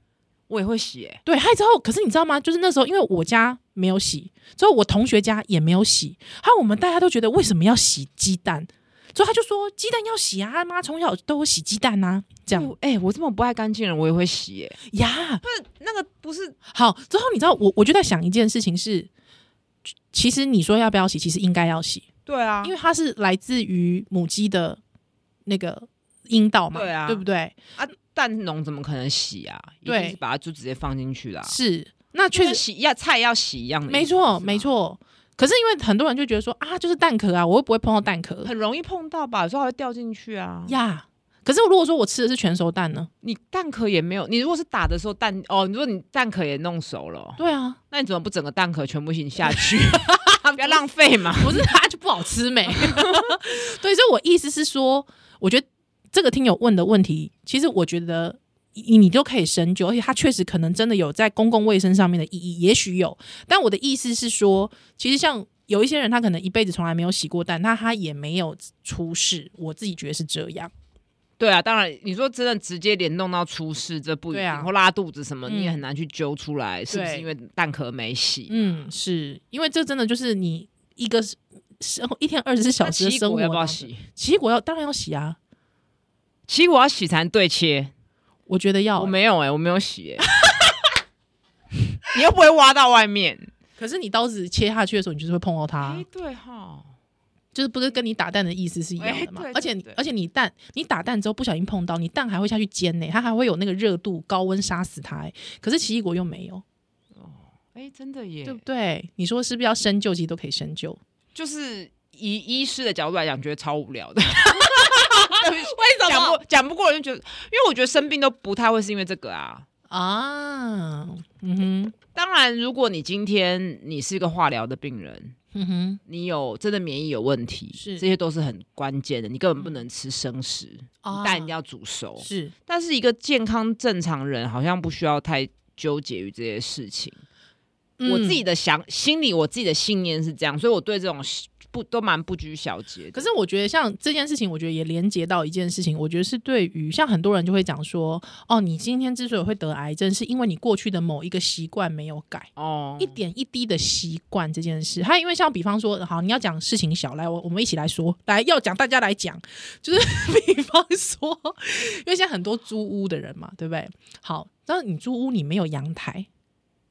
[SPEAKER 2] 我也会洗、欸，”
[SPEAKER 1] 对，还之后，可是你知道吗？就是那时候，因为我家没有洗，之后我同学家也没有洗，还有我们大家都觉得为什么要洗鸡蛋？之后他就说：“鸡蛋要洗啊，他妈从小都有洗鸡蛋啊。”这样
[SPEAKER 2] 哎、我这么不爱干净的人，我也会洗、欸，
[SPEAKER 1] 呀，
[SPEAKER 2] 那个不是
[SPEAKER 1] 好，之后你知道我我就在想一件事情是，其实你说要不要洗，其实应该要洗，
[SPEAKER 2] 对啊
[SPEAKER 1] 因为它是来自于母鸡的那个阴道嘛，
[SPEAKER 2] 对啊
[SPEAKER 1] 不对？
[SPEAKER 2] 啊，蛋农怎么可能洗啊？一定
[SPEAKER 1] 对
[SPEAKER 2] 是把它就直接放进去啦、
[SPEAKER 1] 是，那
[SPEAKER 2] 就
[SPEAKER 1] 确
[SPEAKER 2] 跟
[SPEAKER 1] 实
[SPEAKER 2] 洗要菜要洗一样的，
[SPEAKER 1] 没错，没，错。可是因为很多人就觉得说啊，就是蛋壳啊，我又不会碰到蛋壳
[SPEAKER 2] 很容易碰到吧？有时候还会掉进去啊。
[SPEAKER 1] 呀。可是如果说我吃的是全熟蛋呢？
[SPEAKER 2] 你蛋壳也没有，你如果是打的时候蛋哦，你说你蛋壳也弄熟了哦，
[SPEAKER 1] 对啊，
[SPEAKER 2] 那你怎么不整个蛋壳全部先下去？ 不要浪费嘛。
[SPEAKER 1] 不是它就不好吃没？ 对，所以我意思是说，我觉得这个听友问的问题，其实我觉得你你都可以深究，而且它确实可能真的有在公共卫生上面的意义，也许有。但我的意思是说，其实像有一些人，他可能一辈子从来没有洗过蛋，那他也没有出事。我自己觉得是这样，嗯
[SPEAKER 2] 对啊，当然，你说真的直接联动到出事，这不一
[SPEAKER 1] 对
[SPEAKER 2] 定，
[SPEAKER 1] 啊
[SPEAKER 2] 或拉肚子什么，
[SPEAKER 1] 嗯
[SPEAKER 2] 你也很难去揪出来，是不是
[SPEAKER 1] 对
[SPEAKER 2] 因为蛋壳没洗？
[SPEAKER 1] 嗯，是因为这真的就是你一个生活一天二十四小
[SPEAKER 2] 那
[SPEAKER 1] 时的
[SPEAKER 2] 奇异
[SPEAKER 1] 生活
[SPEAKER 2] 果要不要
[SPEAKER 1] 当中？
[SPEAKER 2] 洗？
[SPEAKER 1] 奇异果要当然要洗啊，
[SPEAKER 2] 奇异果要洗才能对切。
[SPEAKER 1] 我觉得要、
[SPEAKER 2] 我没有哎、我没有洗哎、 你又不会挖到外面？
[SPEAKER 1] 可是你刀子切下去的时候，你就是会碰到它、
[SPEAKER 2] 哎、对哈，
[SPEAKER 1] 就是不是跟你打蛋的意思是一样的嘛？
[SPEAKER 2] 哎对
[SPEAKER 1] 而且你
[SPEAKER 2] 对对
[SPEAKER 1] 而且你蛋你打蛋之后不小心碰到，你蛋还会下去煎呢、它还会有那个热度高温杀死它、欸。可是奇异果又没有，
[SPEAKER 2] 哎、真的耶，
[SPEAKER 1] 对不对？你说是不是要深究？其实都可以深究。
[SPEAKER 2] 就是以医师的角度来讲，觉得超无聊的。为
[SPEAKER 1] 什么
[SPEAKER 2] 讲不讲不过人就觉得？因为我觉得生病都不太会是因为这个啊。
[SPEAKER 1] 啊，嗯哼，
[SPEAKER 2] 当然，如果你今天你是一个化疗的病人，
[SPEAKER 1] 嗯哼，
[SPEAKER 2] 你有真的免疫有问题，
[SPEAKER 1] 是
[SPEAKER 2] 这些都是很关键的。你根本不能吃生食，
[SPEAKER 1] 啊
[SPEAKER 2] 你蛋一定要煮熟。
[SPEAKER 1] 是
[SPEAKER 2] 但是一个健康正常人好像不需要太纠结于这些事情。我自己。
[SPEAKER 1] 嗯
[SPEAKER 2] 的想心里，我自己的信念是这样，所以我对这种不都蛮不拘小节的。
[SPEAKER 1] 可是我觉得像这件事情，我觉得也连接到一件事情，我觉得是对于像很多人就会讲说，哦，你今天之所以会得癌症，是因为你过去的某一个习惯没有改。
[SPEAKER 2] 哦
[SPEAKER 1] 一点一滴的习惯这件事。还有因为像比方说，好，你要讲事情小，来，我我们一起来说，来要讲大家来讲，就是 比方说，因为现在很多租屋的人嘛，对不对？好，但是你租屋你没有阳台。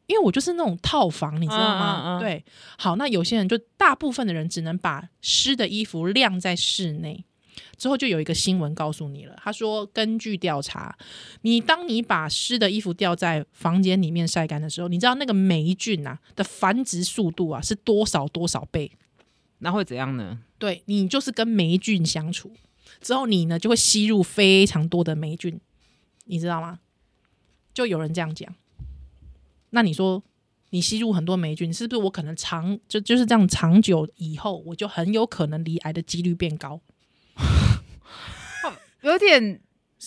[SPEAKER 1] 因为我就是那种套房，你知道吗？
[SPEAKER 2] 嗯嗯嗯
[SPEAKER 1] 对，好，那有些人就大部分的人只能把湿的衣服晾在室内。之后就有一个新闻告诉你了，他说根据调查，你当你把湿的衣服吊在房间里面晒干的时候，你知道那个霉菌啊的繁殖速度啊是多少多少倍？
[SPEAKER 2] 那会怎样呢？
[SPEAKER 1] 对你就是跟霉菌相处之后，你呢就会吸入非常多的霉菌。你知道吗？就有人这样讲。那你说你吸入很多霉菌，是不是我可能长就就是这样长久以后，我就很有可能离癌的几率变高？
[SPEAKER 5] 有点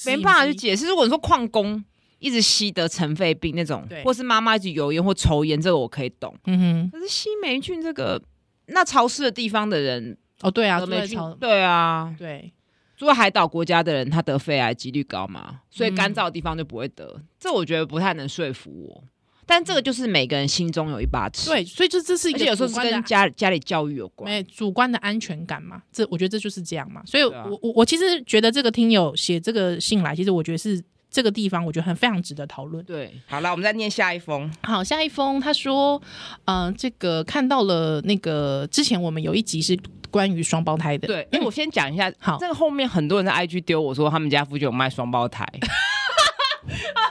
[SPEAKER 5] 没办法去
[SPEAKER 1] 去
[SPEAKER 5] 解释。如果你说矿工一直吸得尘肺病那种
[SPEAKER 1] 对，
[SPEAKER 5] 或是妈妈一直油烟或抽烟，这个我可以懂。
[SPEAKER 1] 嗯
[SPEAKER 5] 可是吸霉菌这个，那潮湿的地方的人
[SPEAKER 1] 哼，哦对啊，
[SPEAKER 5] 得
[SPEAKER 1] 对
[SPEAKER 5] 霉菌
[SPEAKER 1] 超，
[SPEAKER 5] 对啊，
[SPEAKER 1] 对，
[SPEAKER 5] 住在海岛国家的人，他得肺癌几率高嘛，所以干
[SPEAKER 1] 嗯
[SPEAKER 5] 燥的地方就不会得。这我觉得不太能说服我。但这个就是每个人心中有一把尺，，
[SPEAKER 1] 嗯对，所以这这是一
[SPEAKER 5] 而
[SPEAKER 1] 个
[SPEAKER 5] 且有时候
[SPEAKER 1] 主
[SPEAKER 5] 是
[SPEAKER 1] 观的
[SPEAKER 5] 跟家家里教育有关。
[SPEAKER 1] 没主观的安全感嘛，这我觉得这就是这样嘛。所以我，
[SPEAKER 5] 对啊
[SPEAKER 1] 我我其实觉得这个听友写这个信来，其实我觉得是这个地方，我觉得很非常值得讨论。
[SPEAKER 5] 对，
[SPEAKER 2] 好了，我们再念下一封。
[SPEAKER 1] 好，下一封他说，呃，这个看到了那个之前我们有一集是关于双胞胎的，
[SPEAKER 5] 对，
[SPEAKER 2] 哎、我先讲一下，
[SPEAKER 1] 好
[SPEAKER 2] 这个后面很多人在 IG 丢我说他们家附近有卖双胞 胎，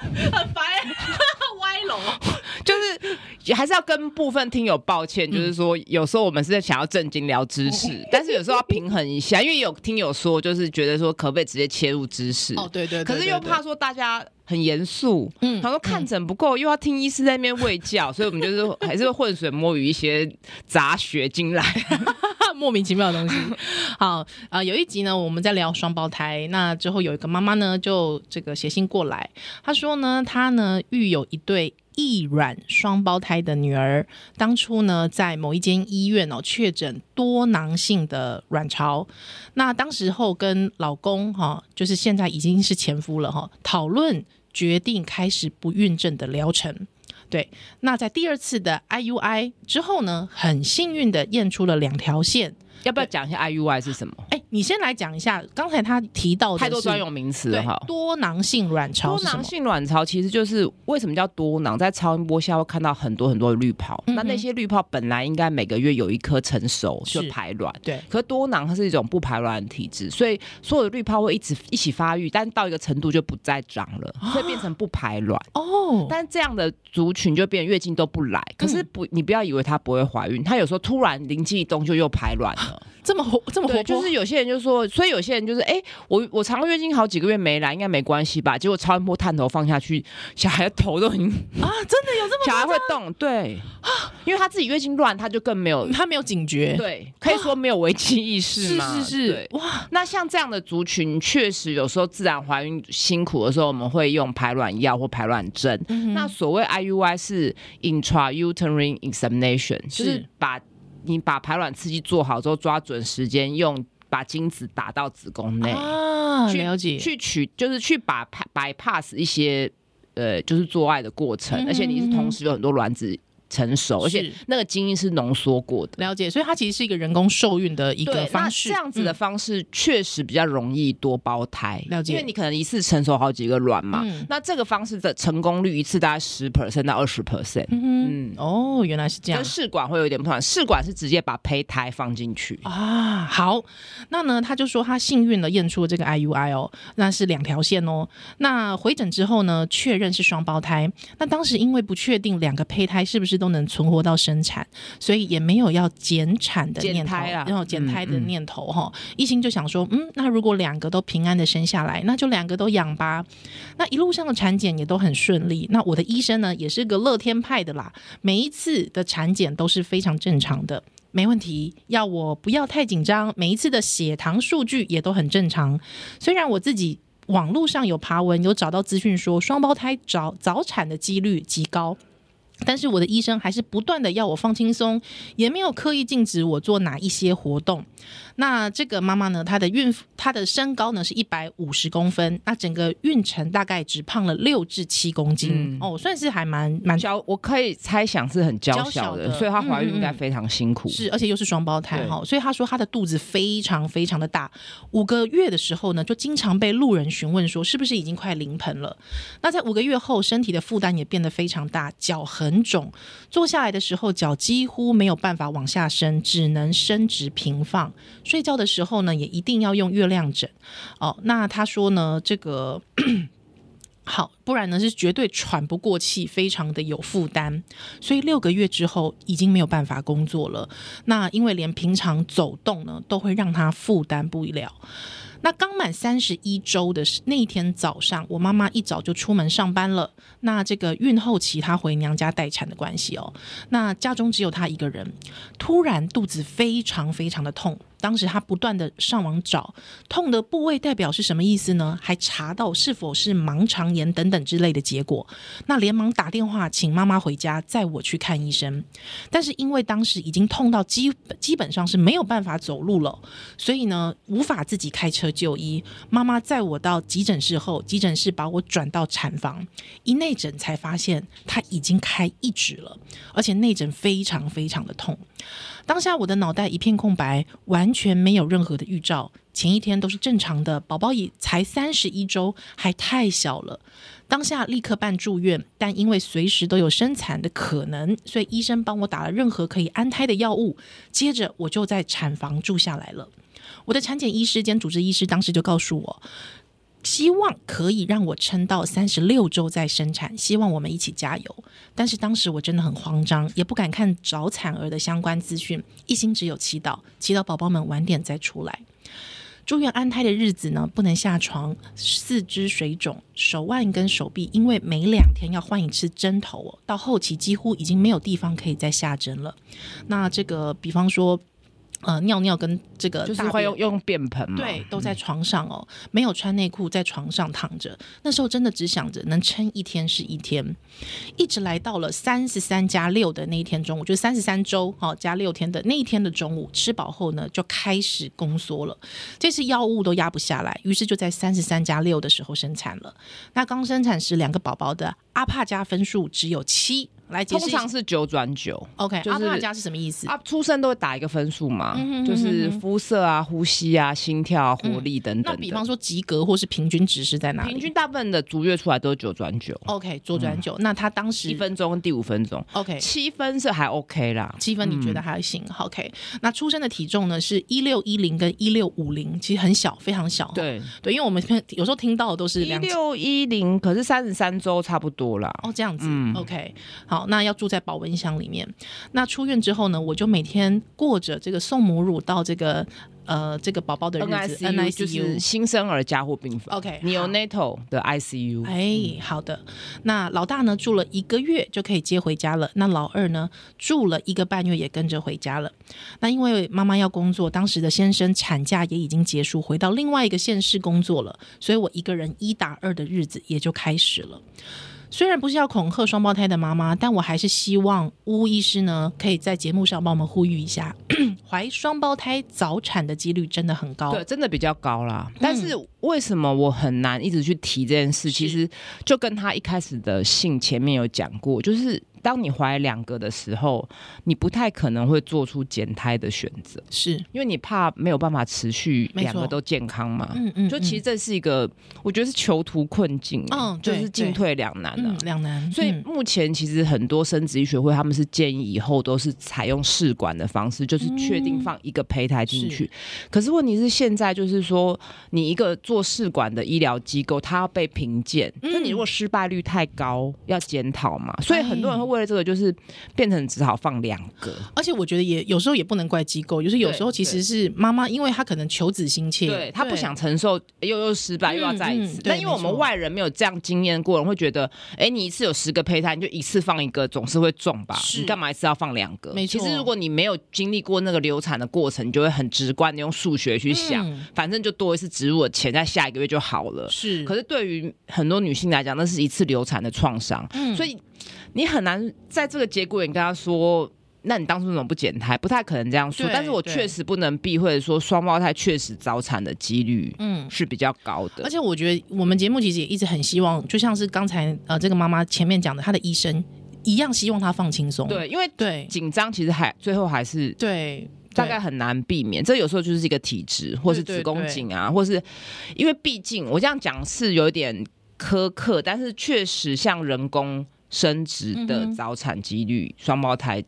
[SPEAKER 1] 很烦，歪楼。
[SPEAKER 2] 就是也还是要跟部分听友抱歉，就是说有时候我们是想要正经聊知 识，但是有时候要平衡一下，因为有听友说就是觉得说可不可以直接切入知识，
[SPEAKER 1] 哦，对对对
[SPEAKER 2] 可是又怕，说大家很严肃，
[SPEAKER 1] 嗯
[SPEAKER 2] 他说看诊不够，又要听医师在那边喂教，所以我们就是还是会浑水摸鱼一些杂学进来。
[SPEAKER 1] 莫名其妙的东西。好，啊，有一集呢，我们在聊双胞胎，那之后有一个妈妈呢，就这个写信过来，她说呢，她呢育有一对。异卵双胞胎的女儿，当初呢在某一间医院哦确诊多囊性的卵巢，那当时候跟老公哈、就是现在已经是前夫了哈、讨论决定开始不孕症的疗程。对，那在第二次的 IUI 之后呢，很幸运的验出了两条线。
[SPEAKER 2] 要不要讲一下 IUI 是什么？
[SPEAKER 1] 哎，你先来讲一下，刚才他提到的
[SPEAKER 2] 太多
[SPEAKER 1] 是
[SPEAKER 2] 专有名词了
[SPEAKER 1] 对
[SPEAKER 2] 哈。
[SPEAKER 1] 多囊性卵巢
[SPEAKER 2] 多
[SPEAKER 1] 是什
[SPEAKER 2] 囊
[SPEAKER 1] 么？
[SPEAKER 2] 性卵巢其实就是为什么叫多囊，在超音波下会看到很多很多的滤泡，
[SPEAKER 1] 嗯哼
[SPEAKER 2] 那那些滤泡本来应该每个月有一颗成熟
[SPEAKER 1] 是
[SPEAKER 2] 就排卵。
[SPEAKER 1] 对，
[SPEAKER 2] 可是多囊它是一种不排卵的体质，所以所有的滤泡会一直一起发育，但到一个程度就不再长了，
[SPEAKER 1] 啊
[SPEAKER 2] 所以变成不排卵。
[SPEAKER 1] 哦，
[SPEAKER 2] 但这样的族群就变月经都不来。可
[SPEAKER 1] 嗯
[SPEAKER 2] 是不，你不要以为她不会怀孕，她有时候突然灵机一动就又排卵了。
[SPEAKER 1] 这么活这么活
[SPEAKER 2] 对，
[SPEAKER 1] 泼，
[SPEAKER 2] 就是有些人就说，所以有些人就是，哎、我我常月经好几个月没来，应该没关系吧？结果超音波探头放下去，小孩的头都已经，
[SPEAKER 1] 啊，真的有这
[SPEAKER 2] 小孩会动，对，
[SPEAKER 1] 啊
[SPEAKER 2] 因为他自己月经乱，他就更没有
[SPEAKER 1] 么，，他没有警觉，
[SPEAKER 2] 对，可以说没有危机意识
[SPEAKER 1] 是
[SPEAKER 2] 嘛，
[SPEAKER 1] 是是
[SPEAKER 2] 对，
[SPEAKER 1] 哇，
[SPEAKER 2] 那像这样的族群，确实有时候自然怀孕辛苦的时候，我们会用排卵药或排卵针。那所谓 IUI 是 intrauterine insemination，就是把你把排卵刺激做好之后，抓准时间用把精子打到子宫内，
[SPEAKER 1] 啊，
[SPEAKER 2] 去
[SPEAKER 1] 了解，
[SPEAKER 2] 去取就是去把 pa- bypass 一些呃就是做爱的过程，
[SPEAKER 1] 嗯哼
[SPEAKER 2] 而且你是同时有很多卵子成熟，而且
[SPEAKER 1] 是
[SPEAKER 2] 那个精液是浓缩过的。
[SPEAKER 1] 了解，所以它其实是一个人工受孕的一
[SPEAKER 2] 对，
[SPEAKER 1] 个
[SPEAKER 2] 那
[SPEAKER 1] 方式，
[SPEAKER 2] 这样子的
[SPEAKER 1] 嗯
[SPEAKER 2] 方式确实比较容易多胞胎，
[SPEAKER 1] 了解
[SPEAKER 2] 因为你可能一次成熟好几个卵嘛。
[SPEAKER 1] 嗯
[SPEAKER 2] 那这个方式的成功率一次大概十 percent 到二十 percent，
[SPEAKER 1] 嗯哼，哦，原来是这样
[SPEAKER 2] 跟。试管会有点不同。试管是直接把胚胎放进去，
[SPEAKER 1] 啊，好，那呢，他就说他幸运的验出了这个 IUI 哦，那是两条线哦。那回诊之后呢，确认是双胞胎。那当时因为不确定两个胚胎是不是都能存活到生产，所以也没有要减产的
[SPEAKER 2] 减
[SPEAKER 1] 念头，
[SPEAKER 2] 胎啦
[SPEAKER 1] 然后减
[SPEAKER 2] 嗯
[SPEAKER 1] 胎的
[SPEAKER 2] 嗯
[SPEAKER 1] 念头哈、一心就想说，嗯，那如果两个都平安的生下来，那就两个都养吧。那一路上的产检也都很顺利。那我的医生呢，也是个乐天派的啦，每一次的产检都是非常正常的，没问题。要我不要太紧张，每一次的血糖数据也都很正常。虽然我自己网络上有爬文，有找到资讯说双胞胎早早产的几率极高。但是我的医生还是不断的要我放轻松，也没有刻意禁止我做哪一些活动。那这个妈妈呢，她的孕妇她的身高呢是一百五十公分，那整个孕程大概只胖了六至七公斤、
[SPEAKER 2] 嗯
[SPEAKER 1] 哦，算是还蛮蛮
[SPEAKER 2] 娇我可以猜想是很娇
[SPEAKER 1] 娇小
[SPEAKER 2] 小的，
[SPEAKER 1] 的
[SPEAKER 2] 所以她怀
[SPEAKER 1] 嗯嗯嗯
[SPEAKER 2] 孕应该非常辛苦。
[SPEAKER 1] 是，而且又是双胞胎
[SPEAKER 2] 对
[SPEAKER 1] 哈，所以他说他的肚子非常非常的大。五个月的时候呢，就经常被路人询问说是不是已经快临盆了。那在五个月后，身体的负担也变得非常大，脚很肿，坐下来的时候脚几乎没有办法往下伸，只能伸直平放。睡觉的时候呢，也一定要用月亮枕。哦，那他说呢，这个。 好，不然呢是绝对喘不过气，非常的有负担，所以六个月之后已经没有办法工作了。那因为连平常走动呢，都会让他负担不了。那刚满三十一周的时那一天早上，我妈妈一早就出门上班了。那这个孕后期她回娘家待产的关系哦，那家中只有她一个人，突然肚子非常非常的痛。当时她不断的上网找痛的部位代表是什么意思呢？还查到是否是盲肠炎等等之类的结果。那连忙打电话请妈妈回家，载我去看医生。但是因为当时已经痛到基基本上是没有办法走路了，所以呢无法自己开车就医。妈妈载我到急诊室后，急诊室把我转到产房，一内诊才发现她已经开一指了，而且内诊非常非常的痛。当下我的脑袋一片空白，完全没有任何的预兆。前一天都是正常的，宝宝也才三十一周，还太小了。当下立刻办住院，但因为随时都有生产的可能，所以医生帮我打了任何可以安胎的药物。接着我就在产房住下来了。我的产检医师兼主治医师当时就告诉我，希望可以让我撑到三十六周再生产，希望我们一起加油。但是当时我真的很慌张，也不敢看早产儿的相关资讯，一心只有祈祷，祈祷宝宝们晚点再出来。住院安胎的日子呢，不能下床，四肢水肿，手腕跟手臂，因为每两天要换一次针头哦，到后期几乎已经没有地方可以再下针了。那这个，比方说。呃，尿尿跟这个
[SPEAKER 2] 就是
[SPEAKER 1] 大
[SPEAKER 2] 会
[SPEAKER 1] 便
[SPEAKER 2] 用用便盆嘛？
[SPEAKER 1] 对，都在床上哦，没有穿内裤，在床上躺着。那时候真的只想着能撑一天是一天，一直来到了三十三加六的那一天中午，就三十三周好加六天的那一天的中午，吃饱后呢就开始宫缩了，这次药物都压不下来，于是就在三十三加六的时候生产了。那刚生产时，两个宝宝的阿帕加分数只有七，来解
[SPEAKER 2] 通
[SPEAKER 1] 释一下
[SPEAKER 2] 常是九转九
[SPEAKER 1] OK，、
[SPEAKER 2] 就是
[SPEAKER 1] 阿帕加是什么意思？
[SPEAKER 2] 啊，出生都会打一个分数嘛，
[SPEAKER 1] 嗯哼嗯
[SPEAKER 2] 就是肤色啊、呼吸啊、心跳啊、活力等等
[SPEAKER 1] 那
[SPEAKER 2] 的。
[SPEAKER 1] 比方说及格或是平均值是在哪里？
[SPEAKER 2] 平均大部分的足月出来都是九转九，
[SPEAKER 1] OK 左转九，那他当时
[SPEAKER 2] 一分钟跟第五分钟，
[SPEAKER 1] OK
[SPEAKER 2] 七分是还 OK 啦。
[SPEAKER 1] 七分你
[SPEAKER 2] 嗯
[SPEAKER 1] 觉得还行、o k 那出生的体重呢是一六一零跟一六五零，其实很小，非常小。
[SPEAKER 2] 对，
[SPEAKER 1] 对，因为我们有时候听到的都是
[SPEAKER 2] 哦一
[SPEAKER 1] 两
[SPEAKER 2] 六一零，可是三十三周差不多啦。
[SPEAKER 1] 哦，这样子、
[SPEAKER 2] 嗯
[SPEAKER 1] o k 好，那要住在保温箱里面。那出院之后呢，我就每天过着这个送母乳到这个呃这个宝宝的
[SPEAKER 2] 哦
[SPEAKER 1] 日子
[SPEAKER 2] NICU 就是新生儿加护病房
[SPEAKER 1] OK，好
[SPEAKER 2] neonatal 的 ICU。
[SPEAKER 1] 哎，好的。那老大呢住了一个月就可以接回家了，那老二呢住了一个半月也跟着回家了。那因为妈妈要工作，当时的先生产假也已经结束，回到另外一个县市工作了，所以我一个人一打二的日子也就开始了。虽然不是要恐吓双胞胎的妈妈，但我还是希望巫医师呢可以在节目上帮我们呼吁一下， 怀双胞胎早产的几率真的很高。
[SPEAKER 2] 对，嗯真的比较高啦。但是为什么我很难一直去提这件事？其实就跟他一开始的信前面有讲过，就是当你怀两个的时候，你不太可能会做出减胎的选择，
[SPEAKER 1] 是，
[SPEAKER 2] 因为你怕没有办法持续
[SPEAKER 1] 没错
[SPEAKER 2] 两个都健康嘛。
[SPEAKER 1] 嗯嗯，
[SPEAKER 2] 就其实这是一个，我觉得是囚徒困境，啊
[SPEAKER 1] 嗯
[SPEAKER 2] 就
[SPEAKER 1] 对
[SPEAKER 2] 是进退两难
[SPEAKER 1] 嗯
[SPEAKER 2] 啊
[SPEAKER 1] 嗯。两难，
[SPEAKER 2] 所以
[SPEAKER 1] 嗯
[SPEAKER 2] 目前其实很多生殖医学会，他们是建议以后都是采用试管的方式，就是确
[SPEAKER 1] 嗯
[SPEAKER 2] 定放一个胚胎进去。可是问题是现在就是说，你一个做试管的医疗机构，它要被评鉴，
[SPEAKER 1] 嗯
[SPEAKER 2] 那、你如果失败率太高，要检讨嘛。所以很多人
[SPEAKER 1] 哎
[SPEAKER 2] 会为了这个，就是变成只好放两个。
[SPEAKER 1] 而且我觉得也有时候也不能怪机构，就是有时候
[SPEAKER 2] 对
[SPEAKER 1] 其实是妈妈，因为她可能求子心切，
[SPEAKER 2] 对他不想承受又又失
[SPEAKER 1] 嗯
[SPEAKER 2] 败又要再一次
[SPEAKER 1] 嗯，对
[SPEAKER 2] 但因为我
[SPEAKER 1] 没
[SPEAKER 2] 们
[SPEAKER 1] 错
[SPEAKER 2] 外人没有这样经验过，人会觉得，哎，你一次有十个胚胎，你就一次放一个，总是会中吧？
[SPEAKER 1] 是
[SPEAKER 2] 你干嘛一次要放两个？
[SPEAKER 1] 没错
[SPEAKER 2] 其实如果你没有经历过那个流产的过程，你就会很直观的用数学去想，
[SPEAKER 1] 嗯
[SPEAKER 2] 反正就多一次植入的钱，在下一个月就好了。
[SPEAKER 1] 是，
[SPEAKER 2] 可
[SPEAKER 1] 是
[SPEAKER 2] 是对于很多女性来讲，那是一次流产的创伤，
[SPEAKER 1] 嗯
[SPEAKER 2] 所以你很难在这个节骨眼跟她说。那你当初怎么不减胎？不太可能这样说
[SPEAKER 1] 对，
[SPEAKER 2] 但是我
[SPEAKER 1] 对
[SPEAKER 2] 确实不能避讳说双胞胎确实早产的几率
[SPEAKER 1] 嗯。
[SPEAKER 2] 是比较高的，
[SPEAKER 1] 而且我觉得我们节目其实也一直很希望，就像是刚才呃这个妈妈前面讲的，她的医生一样希望她放轻松。
[SPEAKER 2] 对，因为
[SPEAKER 1] 对
[SPEAKER 2] 紧张其实还最后还是
[SPEAKER 1] 对，
[SPEAKER 2] 大概很难避免，这有时候就是一个体质，或是
[SPEAKER 1] 对对
[SPEAKER 2] 子宫颈啊，或是因为毕竟我这样讲是有点苛刻，但是确实像人工生殖
[SPEAKER 1] 嗯
[SPEAKER 2] 的
[SPEAKER 1] 哼
[SPEAKER 2] 早产几率，双胞胎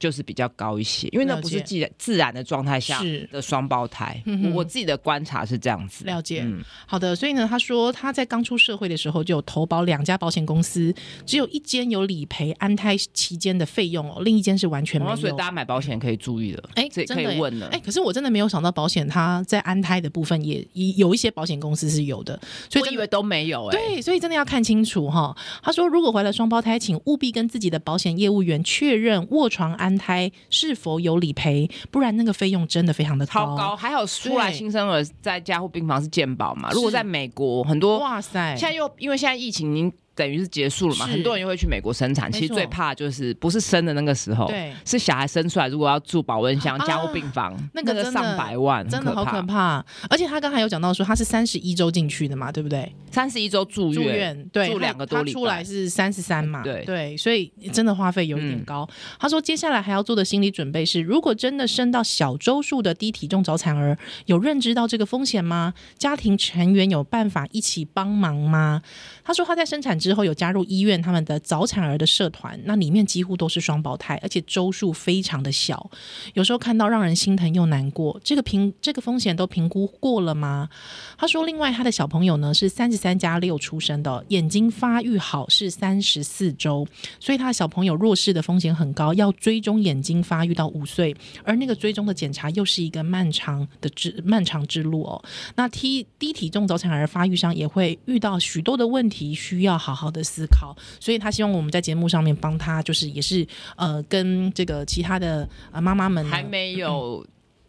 [SPEAKER 2] 就是比较高一些，因为那不是
[SPEAKER 1] 了解
[SPEAKER 2] 自然自然的状态下
[SPEAKER 1] 是
[SPEAKER 2] 的双胞胎。
[SPEAKER 1] 嗯哼
[SPEAKER 2] 我我自己的观察是这样子。
[SPEAKER 1] 了解，
[SPEAKER 2] 嗯
[SPEAKER 1] 好的，所以呢，他说他在刚出社会的时候就有投保两家保险公司，只有一间有理赔安胎期间的费用哦，另一间是完全没
[SPEAKER 2] 然后，所以
[SPEAKER 1] 有
[SPEAKER 2] 大。家买保险可以注意了，
[SPEAKER 1] 哎
[SPEAKER 2] 这
[SPEAKER 1] 真
[SPEAKER 2] 可
[SPEAKER 1] 的耶
[SPEAKER 2] 以问了。
[SPEAKER 1] 哎、可是我真的没有想到保险它在安胎的部分也也有一些保险公司是有的，所以
[SPEAKER 2] 我
[SPEAKER 1] 真
[SPEAKER 2] 以
[SPEAKER 1] 的
[SPEAKER 2] 为都没有哎、
[SPEAKER 1] 对，所以真的要看清楚哈。他说，如果怀了双胞胎，请务必跟自己的保险业务员确认卧床安胎是否有理赔，不然那个费用真的非常的
[SPEAKER 2] 超高，还有出来
[SPEAKER 1] 哦对
[SPEAKER 2] 新生儿在加护病房是健保嘛？如果
[SPEAKER 1] 是
[SPEAKER 2] 在美国，很多
[SPEAKER 1] 哇塞，
[SPEAKER 2] 现在又因为现在疫情已经等哎于是结束了嘛，
[SPEAKER 1] 是
[SPEAKER 2] 很多人又会去美国生产。
[SPEAKER 1] 没
[SPEAKER 2] 其实最
[SPEAKER 1] 错
[SPEAKER 2] 怕就是不是生的那个时候，
[SPEAKER 1] 对
[SPEAKER 2] 是小孩生出来，如果要住保温箱、
[SPEAKER 1] 啊
[SPEAKER 2] 加护病房，
[SPEAKER 1] 那个真的
[SPEAKER 2] 上百万，
[SPEAKER 1] 真的好可
[SPEAKER 2] 怕。
[SPEAKER 1] 怕。而且他刚才有讲到说，他是三十一周进去的嘛，对不对？
[SPEAKER 2] 三十一周住
[SPEAKER 1] 住
[SPEAKER 2] 院，
[SPEAKER 1] 院对，
[SPEAKER 2] 住
[SPEAKER 1] 他
[SPEAKER 2] 两个多
[SPEAKER 1] 他
[SPEAKER 2] 礼
[SPEAKER 1] 出来
[SPEAKER 2] 拜。
[SPEAKER 1] 是三十三嘛，
[SPEAKER 2] 对
[SPEAKER 1] 所以真的花费有一点
[SPEAKER 2] 嗯
[SPEAKER 1] 高。他说，接下来还要做的心理准备是，如果真的生到小周数的低体重早产儿，有认知到这个风险吗？家庭成员有办法一起帮忙吗？他说，他在生产之后有加入医院他们的早产儿的社团，那里面几乎都是双胞胎，而且周数非常的小，有时候看到让人心疼又难过。这个评这个风险都评估过了吗？他说，另外他的小朋友呢是三十三加六出生的，眼睛发育好是三十四周，所以他的小朋友弱视的风险很高，要追踪眼睛发育到五岁，而那个追踪的检查又是一个漫长的之漫长之路哦。那低低体重早产儿发育上也会遇到许多的问题，需要好好的思考。所以他希望我们在节目上面帮他，就是也是呃跟这个其他的呃妈妈们呢
[SPEAKER 2] 还没有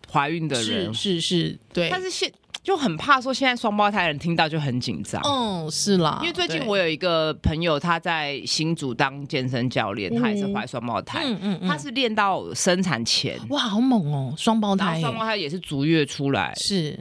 [SPEAKER 2] 怀孕的
[SPEAKER 1] 是
[SPEAKER 2] 人，哎
[SPEAKER 1] 是是，对，
[SPEAKER 2] 嗯但是现就很怕说现在双胞胎人听到就很紧张。
[SPEAKER 1] 嗯是啦，
[SPEAKER 2] 因为最近
[SPEAKER 1] 对
[SPEAKER 2] 我有一个朋友，他在新竹当健身教练，他也是怀双胞胎，
[SPEAKER 1] 嗯嗯嗯，
[SPEAKER 2] 他是练到生产前，
[SPEAKER 1] 哇，好猛哦，双胞
[SPEAKER 2] 然
[SPEAKER 1] 胎
[SPEAKER 2] 后
[SPEAKER 1] 耶，
[SPEAKER 2] 啊双胞胎也是足月出来，
[SPEAKER 1] 是，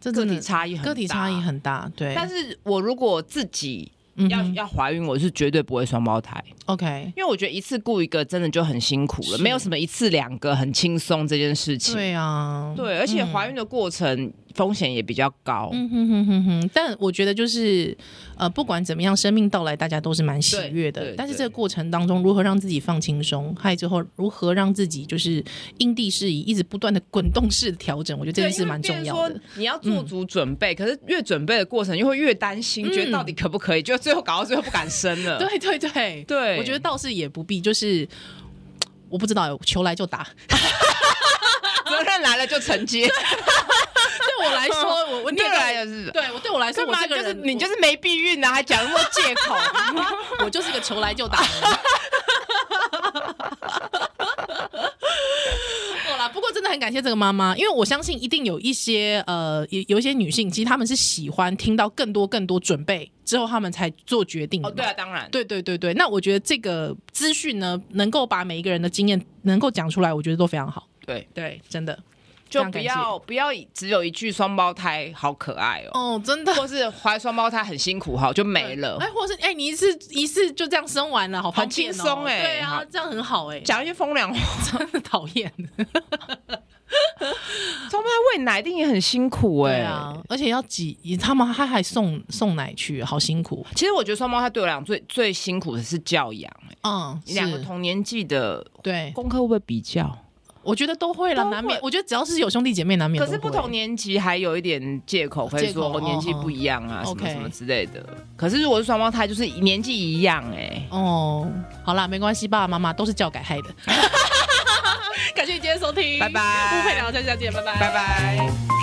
[SPEAKER 1] 这
[SPEAKER 2] 个
[SPEAKER 1] 真
[SPEAKER 2] 体
[SPEAKER 1] 的
[SPEAKER 2] 差异很大
[SPEAKER 1] 个体差异。很大，对，
[SPEAKER 2] 但是我如果自己
[SPEAKER 1] 嗯
[SPEAKER 2] 要、
[SPEAKER 1] 哼
[SPEAKER 2] 要怀孕，我是绝对不会双胞胎，
[SPEAKER 1] OK，
[SPEAKER 2] 因为我觉得一次雇一个真的就很辛苦了，
[SPEAKER 1] 是
[SPEAKER 2] 没有什么一次两个很轻松这件事情。
[SPEAKER 1] 对啊，
[SPEAKER 2] 对，而且怀孕的过程风险也比较高。
[SPEAKER 1] 嗯哼哼哼哼，但我觉得就是，呃，不管怎么样，生命到来，大家都是蛮喜悦
[SPEAKER 2] 对
[SPEAKER 1] 的
[SPEAKER 2] 对。
[SPEAKER 1] 但是这个过程当中，如何让自己放轻松，还有之后如何让自己就是因地适宜，一直不断的滚动式调整，我觉得这
[SPEAKER 2] 对，
[SPEAKER 1] 件事蛮重要
[SPEAKER 2] 因
[SPEAKER 1] 的
[SPEAKER 2] 为变成。说你要做足准备，可是越准备的过程又会越担心，
[SPEAKER 1] 嗯
[SPEAKER 2] 觉得到底可不可以，就最后搞到最后不敢生了。
[SPEAKER 1] 对对对，
[SPEAKER 2] 对，
[SPEAKER 1] 我觉得倒是也不必，就是我不知道，求来就打。
[SPEAKER 2] 责任来了就 承接，
[SPEAKER 1] 对我来说，我 我
[SPEAKER 2] 对
[SPEAKER 1] 念
[SPEAKER 2] 来了是。
[SPEAKER 1] 对我对我来说，
[SPEAKER 2] 干
[SPEAKER 1] 我
[SPEAKER 2] 嘛？
[SPEAKER 1] 这个
[SPEAKER 2] 就是
[SPEAKER 1] 人
[SPEAKER 2] 你就是没避孕啊，还讲那么多借口。
[SPEAKER 1] 我 就是个求来就打的人。好啦，不过真的很感谢这个妈妈，因为我相信一定有一些呃，有有一些女性，其实她们是喜欢听到更多更多准备之后，她们才做决定的
[SPEAKER 2] 哦，
[SPEAKER 1] 嘛
[SPEAKER 2] 对啊，当然，
[SPEAKER 1] 对对对对，那我觉得这个资讯呢，能够把每一个人的经验能够讲出来，我觉得都非常好。
[SPEAKER 2] 对
[SPEAKER 1] 对，真的
[SPEAKER 2] 就
[SPEAKER 1] 非常
[SPEAKER 2] 不
[SPEAKER 1] 感谢
[SPEAKER 2] 要不要以只有一句双胞胎好可爱哦，
[SPEAKER 1] 哦，真的
[SPEAKER 2] 或是怀双胞胎很辛苦哈，就没了
[SPEAKER 1] 哎，。或是哎，你一次一次就这样生完了，好方便哦
[SPEAKER 2] 轻松哎
[SPEAKER 1] 对啊
[SPEAKER 2] 好，
[SPEAKER 1] 这样很好哎，
[SPEAKER 2] 讲一些风凉话，
[SPEAKER 1] 真的讨厌。
[SPEAKER 2] 双胞胎喂奶一定也很辛苦哎、
[SPEAKER 1] 对啊，而且要挤，他们他还送送奶去，好辛苦。
[SPEAKER 2] 其实我觉得双胞胎对我来讲最最辛苦的是教养、哎
[SPEAKER 1] 嗯，是
[SPEAKER 2] 两个同年纪的
[SPEAKER 1] 对，
[SPEAKER 2] 功课会不会比较？
[SPEAKER 1] 我觉得都会
[SPEAKER 2] 都
[SPEAKER 1] 了，
[SPEAKER 2] 会
[SPEAKER 1] 难免。我觉得只要是有兄弟姐妹，难免
[SPEAKER 2] 可
[SPEAKER 1] 都会。
[SPEAKER 2] 是不同年级还有一点借口，可以
[SPEAKER 1] 借口
[SPEAKER 2] 说我年纪
[SPEAKER 1] 哦哦
[SPEAKER 2] 不一样啊，什么
[SPEAKER 1] OK
[SPEAKER 2] 什么之类的。可是如果是双胞胎，就是年纪一样哎、
[SPEAKER 1] 哦，好啦，没关系，爸爸妈妈都是教改 害的。感谢你今天收听，
[SPEAKER 2] 拜拜
[SPEAKER 1] 不配聊，下次再见，拜拜，
[SPEAKER 2] 拜拜。